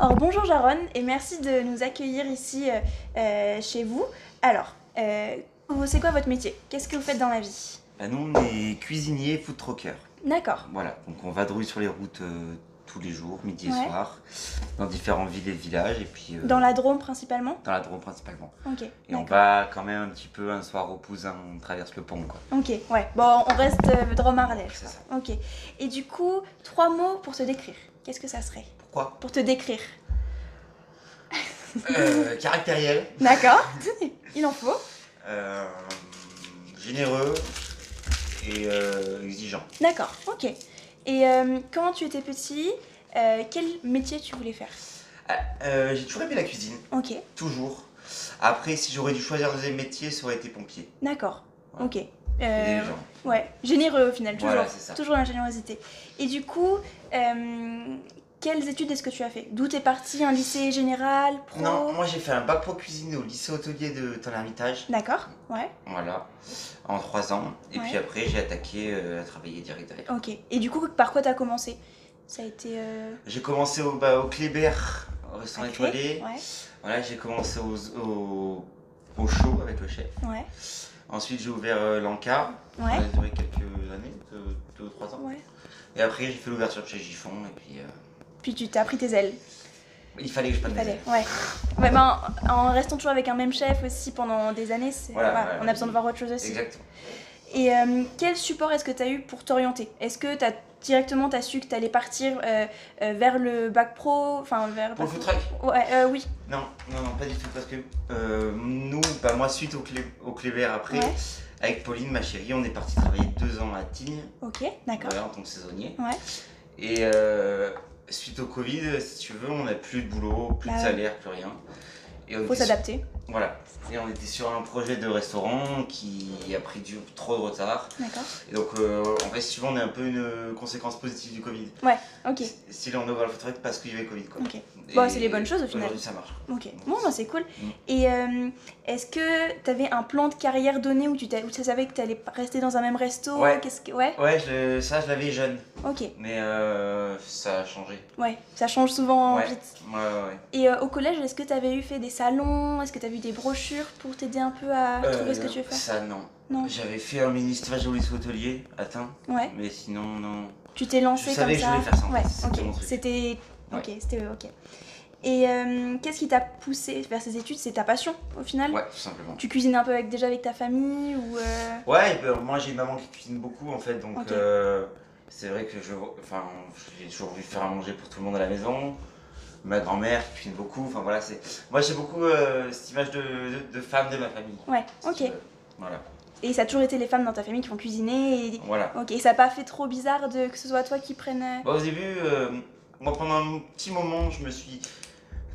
Or, bonjour Jaron et merci de nous accueillir ici euh, euh, chez vous. Alors, euh, c'est quoi votre métier Qu'est-ce que vous faites dans la vie Bah nous, on est cuisiniers food truckers. D'accord. Voilà, donc on vadrouille sur les routes euh, tous les jours, midi Ouais. et soir, dans différentes villes et villages, et puis euh, Dans la Drôme principalement dans la Drôme principalement. Ok. Et on d'accord. va quand même un petit peu un soir au Pouzin, on traverse le pont quoi. Ok, ouais. Bon, on reste euh, Drôme Ardèche. C'est ça. Ok. Et du coup, trois mots pour te décrire. Qu'est-ce que ça serait Pourquoi Pour te décrire. euh, Caractériel, D'accord Il en faut. euh, généreux et euh, exigeant. D'accord, ok. Et euh, quand tu étais petit, euh, quel métier tu voulais faire Ah, euh, J'ai toujours aimé la cuisine, Ok, toujours. Après, si j'aurais dû choisir un deuxième métier, ça aurait été pompier. d'accord. Voilà. Ok. Et Euh, exigeant. ouais, généreux au final, toujours. Voilà, c'est ça. Toujours la générosité. Et du coup, euh, quelles études est-ce que tu as fait D'où t'es parti Un lycée général Pro Non, moi j'ai fait un bac pro cuisine au lycée hôtelier de Tonnermitage. D'accord, ouais, Voilà, en 3 ans. Et Ouais. puis après, j'ai attaqué euh, à travailler direct derrière. ok. Et du coup, par quoi t'as commencé Ça a été. euh, J'ai commencé au, bah, au Kléber, au restaurant à étoilé. créer Ouais, Voilà, j'ai commencé au, au, au show avec le chef. ouais, Ensuite, j'ai ouvert euh, l'Anka. Ça ouais. a duré quelques années, 2 ou 3 ans. ouais. Et après, j'ai fait l'ouverture chez Giffon. Et puis, euh, Puis tu t'as pris tes ailes. il fallait que je prenne Il des fallait, ailes. ouais. Ouais, ben, en restant toujours avec un même chef aussi pendant des années, c'est- Voilà, voilà, ouais, on a besoin de voir autre chose aussi. Exactement. Et euh, quel support est-ce que tu as eu pour t'orienter Est-ce que tu directement t'as su que tu allais partir euh, euh, vers le bac pro, enfin vers Pour le bac food pro- truck Ouais, euh, oui. Non, non, non, pas du tout, parce que euh, nous, bah, moi, suite au, clé, au Clébert après, Ouais. avec Pauline, ma chérie, on est parti travailler deux ans à Tignes, OK, d'accord. voilà, en tant que saisonnier. Ouais. Et euh, suite au Covid, si tu veux, on n'a plus de boulot, plus Bah de ouais. salaire, plus rien. Et Faut on était sur- s'adapter. Voilà. Et on était sur un projet de restaurant qui a pris du trop de retard. D'accord. Et donc, euh, en fait, si tu veux, on est un peu une conséquence positive du Covid. OK. Si là, on ouvre le food truck parce qu'il y avait Covid, quoi. OK. Et Bon, c'est les bonnes choses, au final. Aujourd'hui, ça marche. OK. Bon, bah, c'est cool. Mm. Et euh, est-ce que tu avais un plan de carrière donné où tu t'as- où tu savais que tu allais rester dans un même resto Ouais. Qu'est-ce que Ouais. Ouais, je- ça, je l'avais jeune. OK. Mais euh, ça a changé. Ouais, ça change souvent Ouais. vite. Ouais, ouais, ouais. Et euh, au collège, est-ce que tu avais eu fait des salons Est-ce que tu as vu des brochures pour t'aider un peu à trouver ce que Euh, Ah, tu veux faire Ça, non. Non. J'avais fait un mini stage au lycée hôtelier, atteint. Ouais. Mais sinon, non. Tu t'es lancé Je comme savais que je ça. voulais faire ça, en fait. C'était Ouais, mon ok. truc. C'était. Ouais. Ok, c'était ok. Et euh, qu'est-ce qui t'a poussé vers ces études C'est ta passion au final Ouais, tout simplement. Tu cuisines un peu avec, déjà avec ta famille ou. euh, Ouais, et ben, moi j'ai une maman qui cuisine beaucoup en fait, donc Ok. euh, c'est vrai que je. Enfin, j'ai toujours voulu faire à manger pour tout le monde à la maison. Ma grand-mère qui cuisine beaucoup, enfin voilà, c'est. Moi j'ai beaucoup euh, cette image de, de, de femme de ma famille. Ouais, si ok. tu veux. Voilà. Et ça a toujours été les femmes dans ta famille qui vont cuisiner et. Voilà. Ok, et ça n'a pas fait trop bizarre de... que ce soit toi qui prenne. euh, Bah, au début, euh, moi pendant un petit moment, je me suis.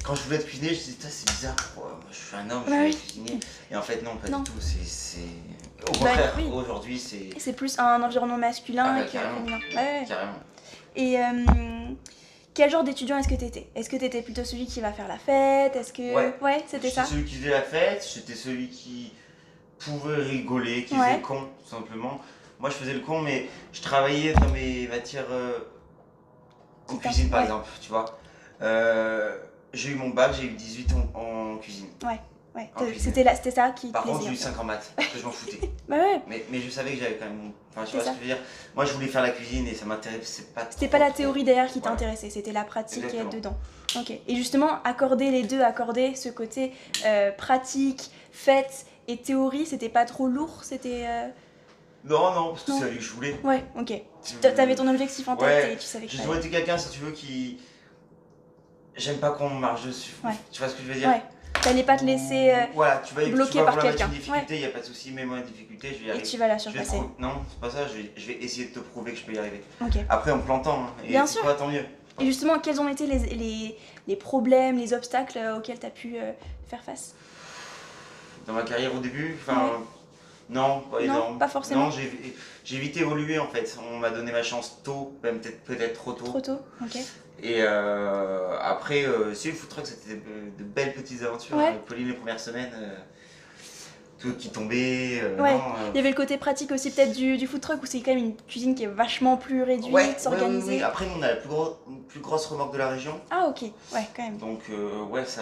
Quand je voulais être cuisinier, je me suis dit, Putain, c'est bizarre, pourquoi moi, je suis un homme, je Bah vais oui. être cuisinier. Et en fait, non, pas Non. du tout. C'est. c'est- Au Bah contraire, oui. aujourd'hui, c'est. C'est plus un environnement masculin Ah bah, et qui carrément. convient. Ouais, ouais. Carrément. Et euh, quel genre d'étudiant est-ce que t'étais Est-ce que t'étais plutôt celui qui va faire la fête Est-ce que Ouais. c'était J'étais ça. celui qui faisait la fête, j'étais celui qui pouvait rigoler, qui Ouais. faisait le con, tout simplement. Moi, je faisais le con, mais je travaillais dans mes matières. euh, en Qui t'a- cuisine, par ouais. exemple, tu vois. Euh, j'ai eu mon bac, j'ai eu 18 en, en cuisine. Ouais, En t'es- cuisine. c'était là, c'était ça qui te Par contre, plaisait. j'ai eu 5 en maths, parce que je m'en foutais. Bah ouais, Mais, mais je savais que j'avais quand même. Enfin, C'est je sais pas ça. ce que je veux dire. Moi, je voulais faire la cuisine et ça m'intéressait pas. c'était trop, pas la trop. théorie derrière qui Voilà. t'intéressait, c'était la pratique euh, Exactement. dedans. Ok. Et justement, accorder les deux, accorder ce côté euh, pratique, fête et théorie, c'était pas trop lourd, c'était. euh, Non, non, parce que Non. c'est que je voulais. Ouais, ok. T'a- T'avais ton objectif en tête Ouais, et tu savais que. J'ai fallait- toujours été quelqu'un, si tu veux, qui. J'aime pas qu'on me marche dessus. Ouais. Tu vois ce que je veux dire Ouais. T'allais pas te laisser euh, Voilà, tu vas, tu bloquer vas par vouloir mettre quelqu'un. une difficulté, y a pas de souci, mets-moi une difficulté, je vais y et arriver. tu vas la Je vais te surpasser. prou- Non, c'est pas ça, je vais, je vais essayer de te prouver que je peux y arriver. Ok. Après, en me plantant, hein, et Bien c'est sûr. pas tant mieux. Et justement, quels ont été les, les, les problèmes, les obstacles euh, auxquels tu as pu euh, faire face Dans ma carrière au début, enfin. euh, Ouais. Non, pas, Non, énorme. pas forcément. Non, j'ai j'ai vite évolué en fait. On m'a donné ma chance tôt, même peut-être peut-être trop tôt. Trop tôt Ok. Et euh, après, euh, si le food truck, c'était de, de belles petites aventures. Ouais. Euh, Pauline, les premières semaines, euh, tout qui tombait. euh, Ouais. non, euh, Il y avait le côté pratique aussi peut-être du, du food truck où c'est quand même une cuisine qui est vachement plus réduite, ouais, ouais, ouais, organisée. ouais. Après, nous, on a la plus, gro- plus grosse remorque de la région. Ah ok, ouais quand même. Donc, euh, ouais, ça,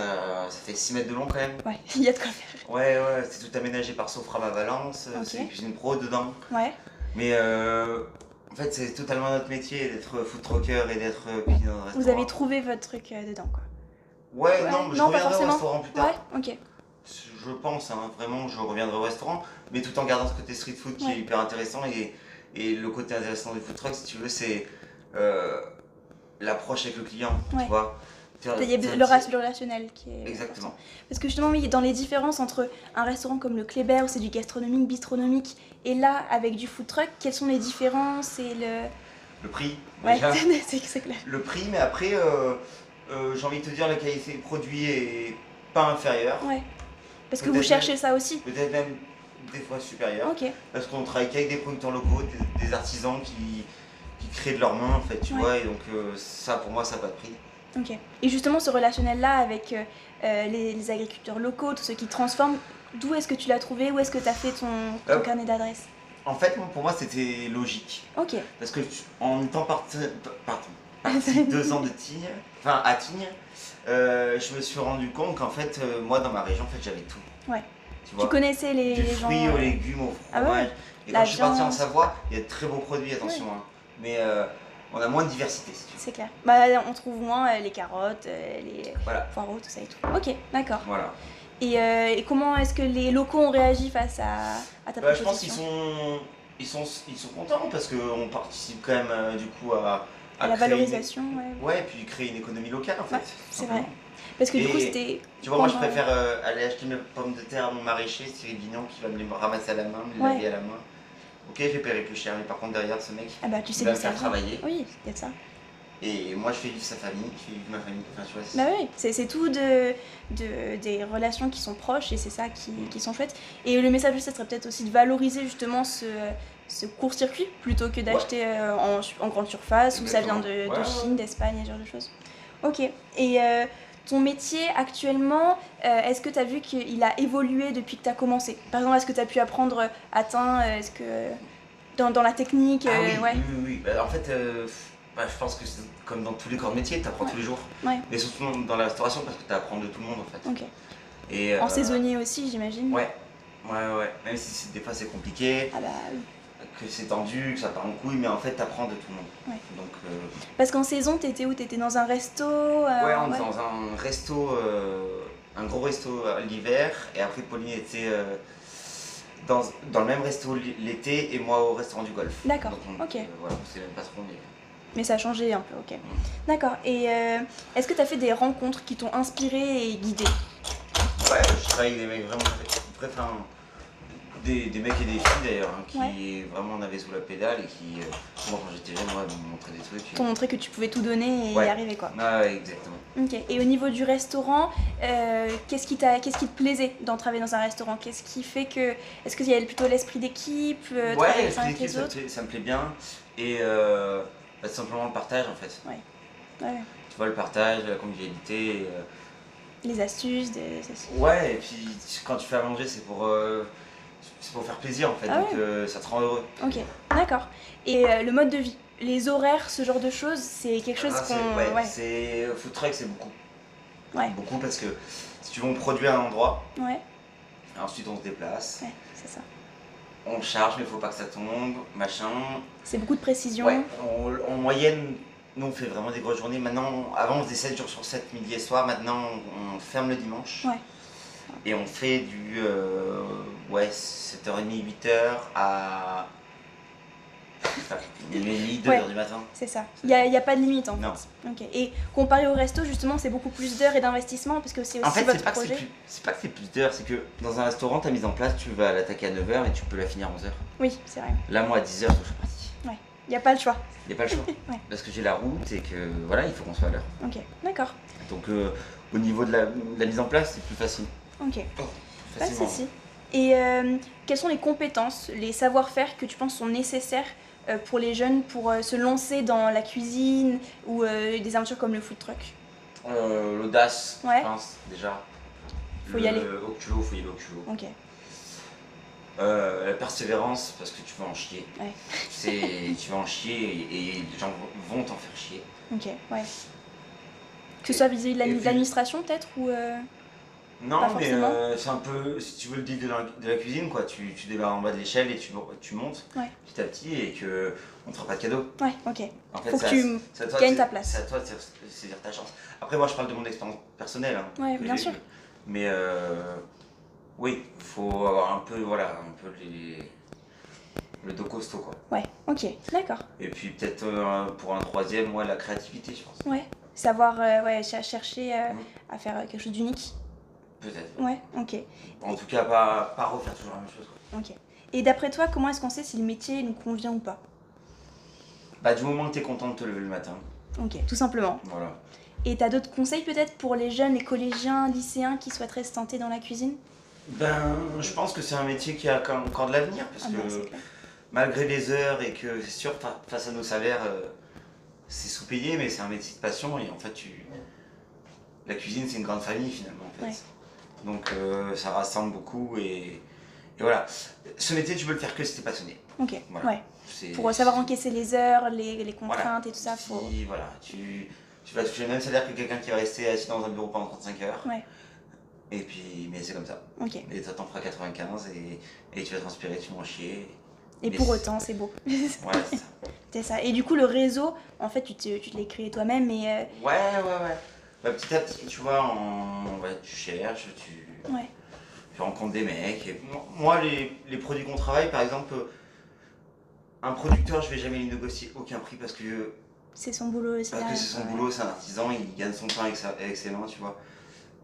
ça fait 6 mètres de long quand même. Ouais, il y a de quoi faire. Ouais, ouais, c'est tout aménagé par Soframa Valence. euh, Ok. C'est une cuisine pro dedans. Ouais, Mais euh, en fait, c'est totalement notre métier d'être food trucker et d'être euh, cuisinier dans un restaurant. vous avez trouvé votre truc euh, dedans quoi. Ouais, Ouais, non, mais je non, pas reviendrai au forcément. restaurant plus tard. Ouais, ok. Je pense, hein, vraiment, je reviendrai au restaurant, mais tout en gardant ce côté street food qui Ouais. est hyper intéressant. Et, et le côté intéressant du food truck, si tu veux, c'est euh, l'approche avec le client, Ouais. tu vois. Faire- Il y a faire le, dire- ra- le rationnel qui est... Exactement. Parce que justement, oui, dans les différences entre un restaurant comme le Kléber, où c'est du gastronomique, bistronomique, et là, avec du food truck, quelles sont les différences et le... Le prix, Ouais, déjà. c'est c'est clair. Le prix, mais après, euh, euh, j'ai envie de te dire, la qualité des produits est pas inférieure. Ouais. Parce que Peut-être vous même- cherchez ça aussi. Peut-être même des fois supérieure. Ok, Parce qu'on travaille qu'avec des producteurs locaux, des, des artisans qui, qui créent de leurs mains, en fait, tu Ouais. vois. Et donc, euh, ça, pour moi, ça n'a pas de prix. ok. Et justement, ce relationnel-là avec euh, euh, les, les agriculteurs locaux, tous ceux qui transforment, d'où est-ce que tu l'as trouvé Où est-ce que tu as fait ton, ton Hop. carnet d'adresse En fait, moi, pour moi, c'était logique. Ok, Parce que tu- en étant parti, pardon, parti deux ans de Tignes, enfin à Tignes, euh, je me suis rendu compte qu'en fait, euh, moi dans ma région, en fait, j'avais tout. Ouais. Tu tu vois, connaissais les, du les gens... fruit aux euh, légumes, au Ah ouais, fromage. Et la quand je suis parti en viande. Savoie, il y a de très beaux produits, attention. hein. Mais euh, on a moins de diversité, si tu C'est clair. Bah, on trouve moins euh, les carottes, euh, les veux. Voilà. poireaux, tout ça et tout. Ok, d'accord. Voilà. Et, euh, et comment est-ce que les locaux ont réagi face à, à ta Bah, je proposition pense qu'ils sont, ils sont, ils sont contents parce qu'on participe quand même euh, du coup à, à À la créer une- valorisation, ouais. Ouais, et puis créer une économie locale en fait. Ouais, tout c'est simplement. vrai. Parce que du coup, Et- c'était. Tu vois, moi je Pendant- préfère euh, aller acheter mes pommes de terre à mon maraîcher, Cyril Vignon, qui va me les ramasser à la main, me les Ouais. laver à la main. Ok, je vais payer plus cher, mais par contre derrière ce mec, Ah bah, tu il sais va d'où me ça faire vient. travailler. Oui, il y a de ça. Et moi je fais vivre sa famille, je fais vivre ma famille. Enfin, tu vois, c'est- Bah oui, c'est c'est tout de, de- des relations qui sont proches et c'est ça qui, qui sont chouettes. Et le message, ça serait peut-être aussi de valoriser justement ce, ce court-circuit plutôt que d'acheter euh, en, su- en grande surface où ça vient Exactement. de, de Ouais, ouais, Chine, d'Espagne, ce genre de choses. Ok. Et euh, ton métier actuellement, euh, est-ce que tu as vu qu'il a évolué depuis que tu as commencé Par exemple, est-ce que tu as pu apprendre à teint euh, Est-ce que. Dans, dans la technique Ah euh, oui, ouais. oui, oui, oui. Bah, en fait, euh, bah, je pense que c'est comme dans tous les corps de métier, t'apprends Ouais. tous les jours. Ouais. Mais surtout dans la restauration parce que t'apprends de tout le monde en fait. Ok. Et, euh, En saisonnier aussi, j'imagine. Ouais. Ouais, ouais, même si c'est- des fois c'est compliqué, Ah bah oui. que c'est tendu, que ça part en couille, mais en fait t'apprends de tout le monde. Ouais. Donc, euh, Parce qu'en saison, t'étais où T'étais dans un resto euh, Ouais, on était dans un resto, euh, un gros resto euh, l'hiver, et après Pauline était euh, dans, dans le même resto l- l'été et moi au restaurant du golf. D'accord, Donc on- ok. euh, voilà, c'est le même patron, mais Mais ça a changé un peu, ok. Mm. D'accord. Et euh, est-ce que t'as fait des rencontres qui t'ont inspiré et guidé ouais, je travaille avec des mecs vraiment très, très enfin, des, des mecs et des filles d'ailleurs, hein, qui vraiment on avait sous la pédale et qui, euh, moi quand j'étais jeune, ouais, ils me montraient des trucs. et- T'ont montré que tu pouvais tout donner et y Ouais. arriver, quoi. Ah, ouais, exactement. Ok. Et au niveau du restaurant, euh, qu'est-ce qui t'a, qu'est-ce qui te plaisait dans travailler dans un restaurant Qu'est-ce qui fait que, est-ce que y avait plutôt l'esprit d'équipe, euh, travailler ouais, les uns avec l'équipe, les ça, me autres plaît- ça me plaît bien, et euh, bah, simplement le partage en fait. Ouais. Tu vois, le partage, la convivialité. et, euh, Les astuces, des des astuces. Ouais, et puis tu- quand tu fais à manger, c'est pour, euh, c'est pour faire plaisir en fait, Ah donc ouais. euh, ça te rend heureux. Ok. D'accord. Et euh, le mode de vie, les horaires, ce genre de choses, c'est quelque chose Ah, c'est- qu'on, ouais, ouais. c'est euh, food truck, c'est beaucoup. Ouais. Beaucoup parce que si tu veux, on produit à un endroit, Ouais. ensuite on se déplace, Ouais. C'est ça. on charge, mais faut pas que ça tombe, machin. C'est beaucoup de précision. Ouais, on- en moyenne, nous on fait vraiment des grosses journées. Maintenant, avant on faisait 7 jours sur 7, midi et soir, maintenant on, on ferme le dimanche. Ouais. Et on fait du euh, ouais, 7h30, 8h à. minuit, 2h Ouais. du matin. C'est ça. Il n'y a, il y a pas de limite en Non. fait. Ok. Et comparé au resto, justement, c'est beaucoup plus d'heures et d'investissement parce que c'est aussi En fait, votre c'est pas, que c'est projet. plus- c'est pas que c'est plus d'heures, c'est que dans un restaurant, ta mise en place, tu vas l'attaquer à 9h et tu peux la finir à 11h. Oui, c'est vrai. Là, moi, à 10h, je suis parti. Il n'y a pas le choix. Il n'y a pas le choix. Ouais. Parce que j'ai la route et que voilà, il faut qu'on soit à l'heure. Ok. D'accord. Donc, euh, au niveau de la, de la mise en place, c'est plus facile. Ok. Pas de Facilement. souci. Et euh, quelles sont les compétences, les savoir-faire que tu penses sont nécessaires euh, pour les jeunes pour euh, se lancer dans la cuisine ou euh, des aventures comme le food truck Euh, L'audace, Ouais. je pense, déjà. Faut y Le- aller. Au culot, faut y aller au culot. Ok. Euh, la persévérance, parce que tu vas en chier. Ouais. C'est, tu vas en chier et, et les gens vont vont t'en faire chier. Ok, ouais. Que ce soit vis-à-vis de Et l'admi- puis- de l'administration, peut-être ou euh, Non, Pas mais forcément. euh, c'est un peu, si tu veux, le deal de la, de la cuisine, quoi. Tu, tu débarres en bas de l'échelle et tu, tu montes Ouais. petit à petit et que on te fera pas de cadeau. Ouais, ok. En fait, Faut c'est que à- tu. c'est à toi gagnes de- ta place. C'est à toi de saisir- saisir ta chance. Après, moi, je parle de mon expérience personnelle. hein, Ouais, que bien j'ai sûr. eue. Mais euh, oui, faut avoir un peu, voilà, un peu les, le dos costaud, quoi. Ouais, ok, d'accord. Et puis peut-être euh, pour un troisième, ouais, la créativité, je pense. Ouais. Savoir euh, ouais, cher- chercher euh, Mhm. à faire euh, quelque chose d'unique. Peut-être. Ouais, ok. En tout cas, pas, pas refaire toujours la même chose. quoi. ok. Et d'après toi, comment est-ce qu'on sait si le métier nous convient ou pas Bah, du moment que t'es content de te lever le matin, Ok, tout simplement. voilà. Et t'as d'autres conseils peut-être pour les jeunes, les collégiens, lycéens qui souhaiteraient se tenter dans la cuisine Ben, je pense que c'est un métier qui a quand- encore de l'avenir, parce Ah que bah, c'est clair. malgré les heures et que c'est sûr, fa- face à nos salaires, euh, c'est sous-payé, mais c'est un métier de passion et en fait, tu... la cuisine, c'est une grande famille finalement. En fait. Ouais. Donc, euh, ça rassemble beaucoup et... et voilà. Ce métier, tu peux le faire que si t'es passionné. Ok, Voilà. ouais. C'est- Pour savoir c'est- encaisser les heures, les, les contraintes Voilà. et tout ça, faut. Si, voilà, tu, tu vas toucher le même salaire que quelqu'un qui va rester assis dans un bureau pendant 35 heures. Ouais. Et puis, mais c'est comme ça. Ok. Et toi, t'en feras 95 et, et tu vas transpirer, tu vas en chier. Et Mais pour c'est- autant, c'est beau. Voilà, c'est ça. c'est ça. Et du coup, le réseau, en fait, tu te, tu te l'es créé toi-même et. euh, Ouais, ouais, ouais. Bah, petit à petit, tu vois, on, bah, tu cherches, tu, Ouais. tu rencontres des mecs. Et moi- moi, les, les produits qu'on travaille, par exemple, euh, un producteur, je vais jamais lui négocier aucun prix parce que C'est son boulot aussi. Parce que là, c'est son ouais. boulot, c'est un artisan, il gagne son pain avec, sa- avec ses mains, tu vois.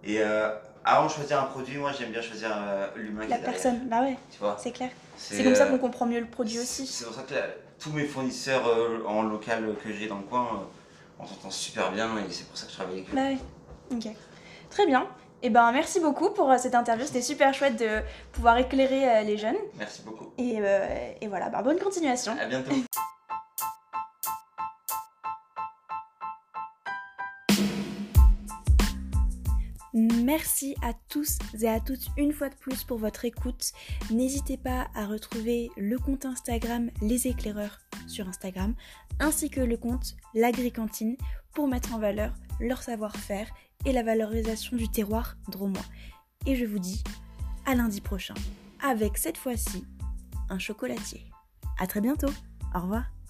Et euh, avant de choisir un produit, moi j'aime bien choisir euh, l'humain qui est La derrière, euh, personne, bah ouais, Tu vois. c'est clair. C'est comme ça qu'on comprend mieux le produit aussi. C'est pour ça que la- tous mes fournisseurs euh, en local que j'ai dans le coin, euh, on s'entend super bien et c'est pour ça que je travaille avec eux. Bah ouais. Ok. Très bien. Et ben merci beaucoup pour euh, cette interview. C'était super chouette de pouvoir éclairer euh, les jeunes. Merci beaucoup. Et, euh, et voilà, ben, bonne continuation. À bientôt. Merci à tous et à toutes une fois de plus pour votre écoute. N'hésitez pas à retrouver le compte Instagram Les Éclaireurs sur Instagram, ainsi que le compte L'Agricantine pour mettre en valeur leur savoir-faire et la valorisation du terroir drômois. Et je vous dis à lundi prochain, avec cette fois-ci un chocolatier. À très bientôt, au revoir.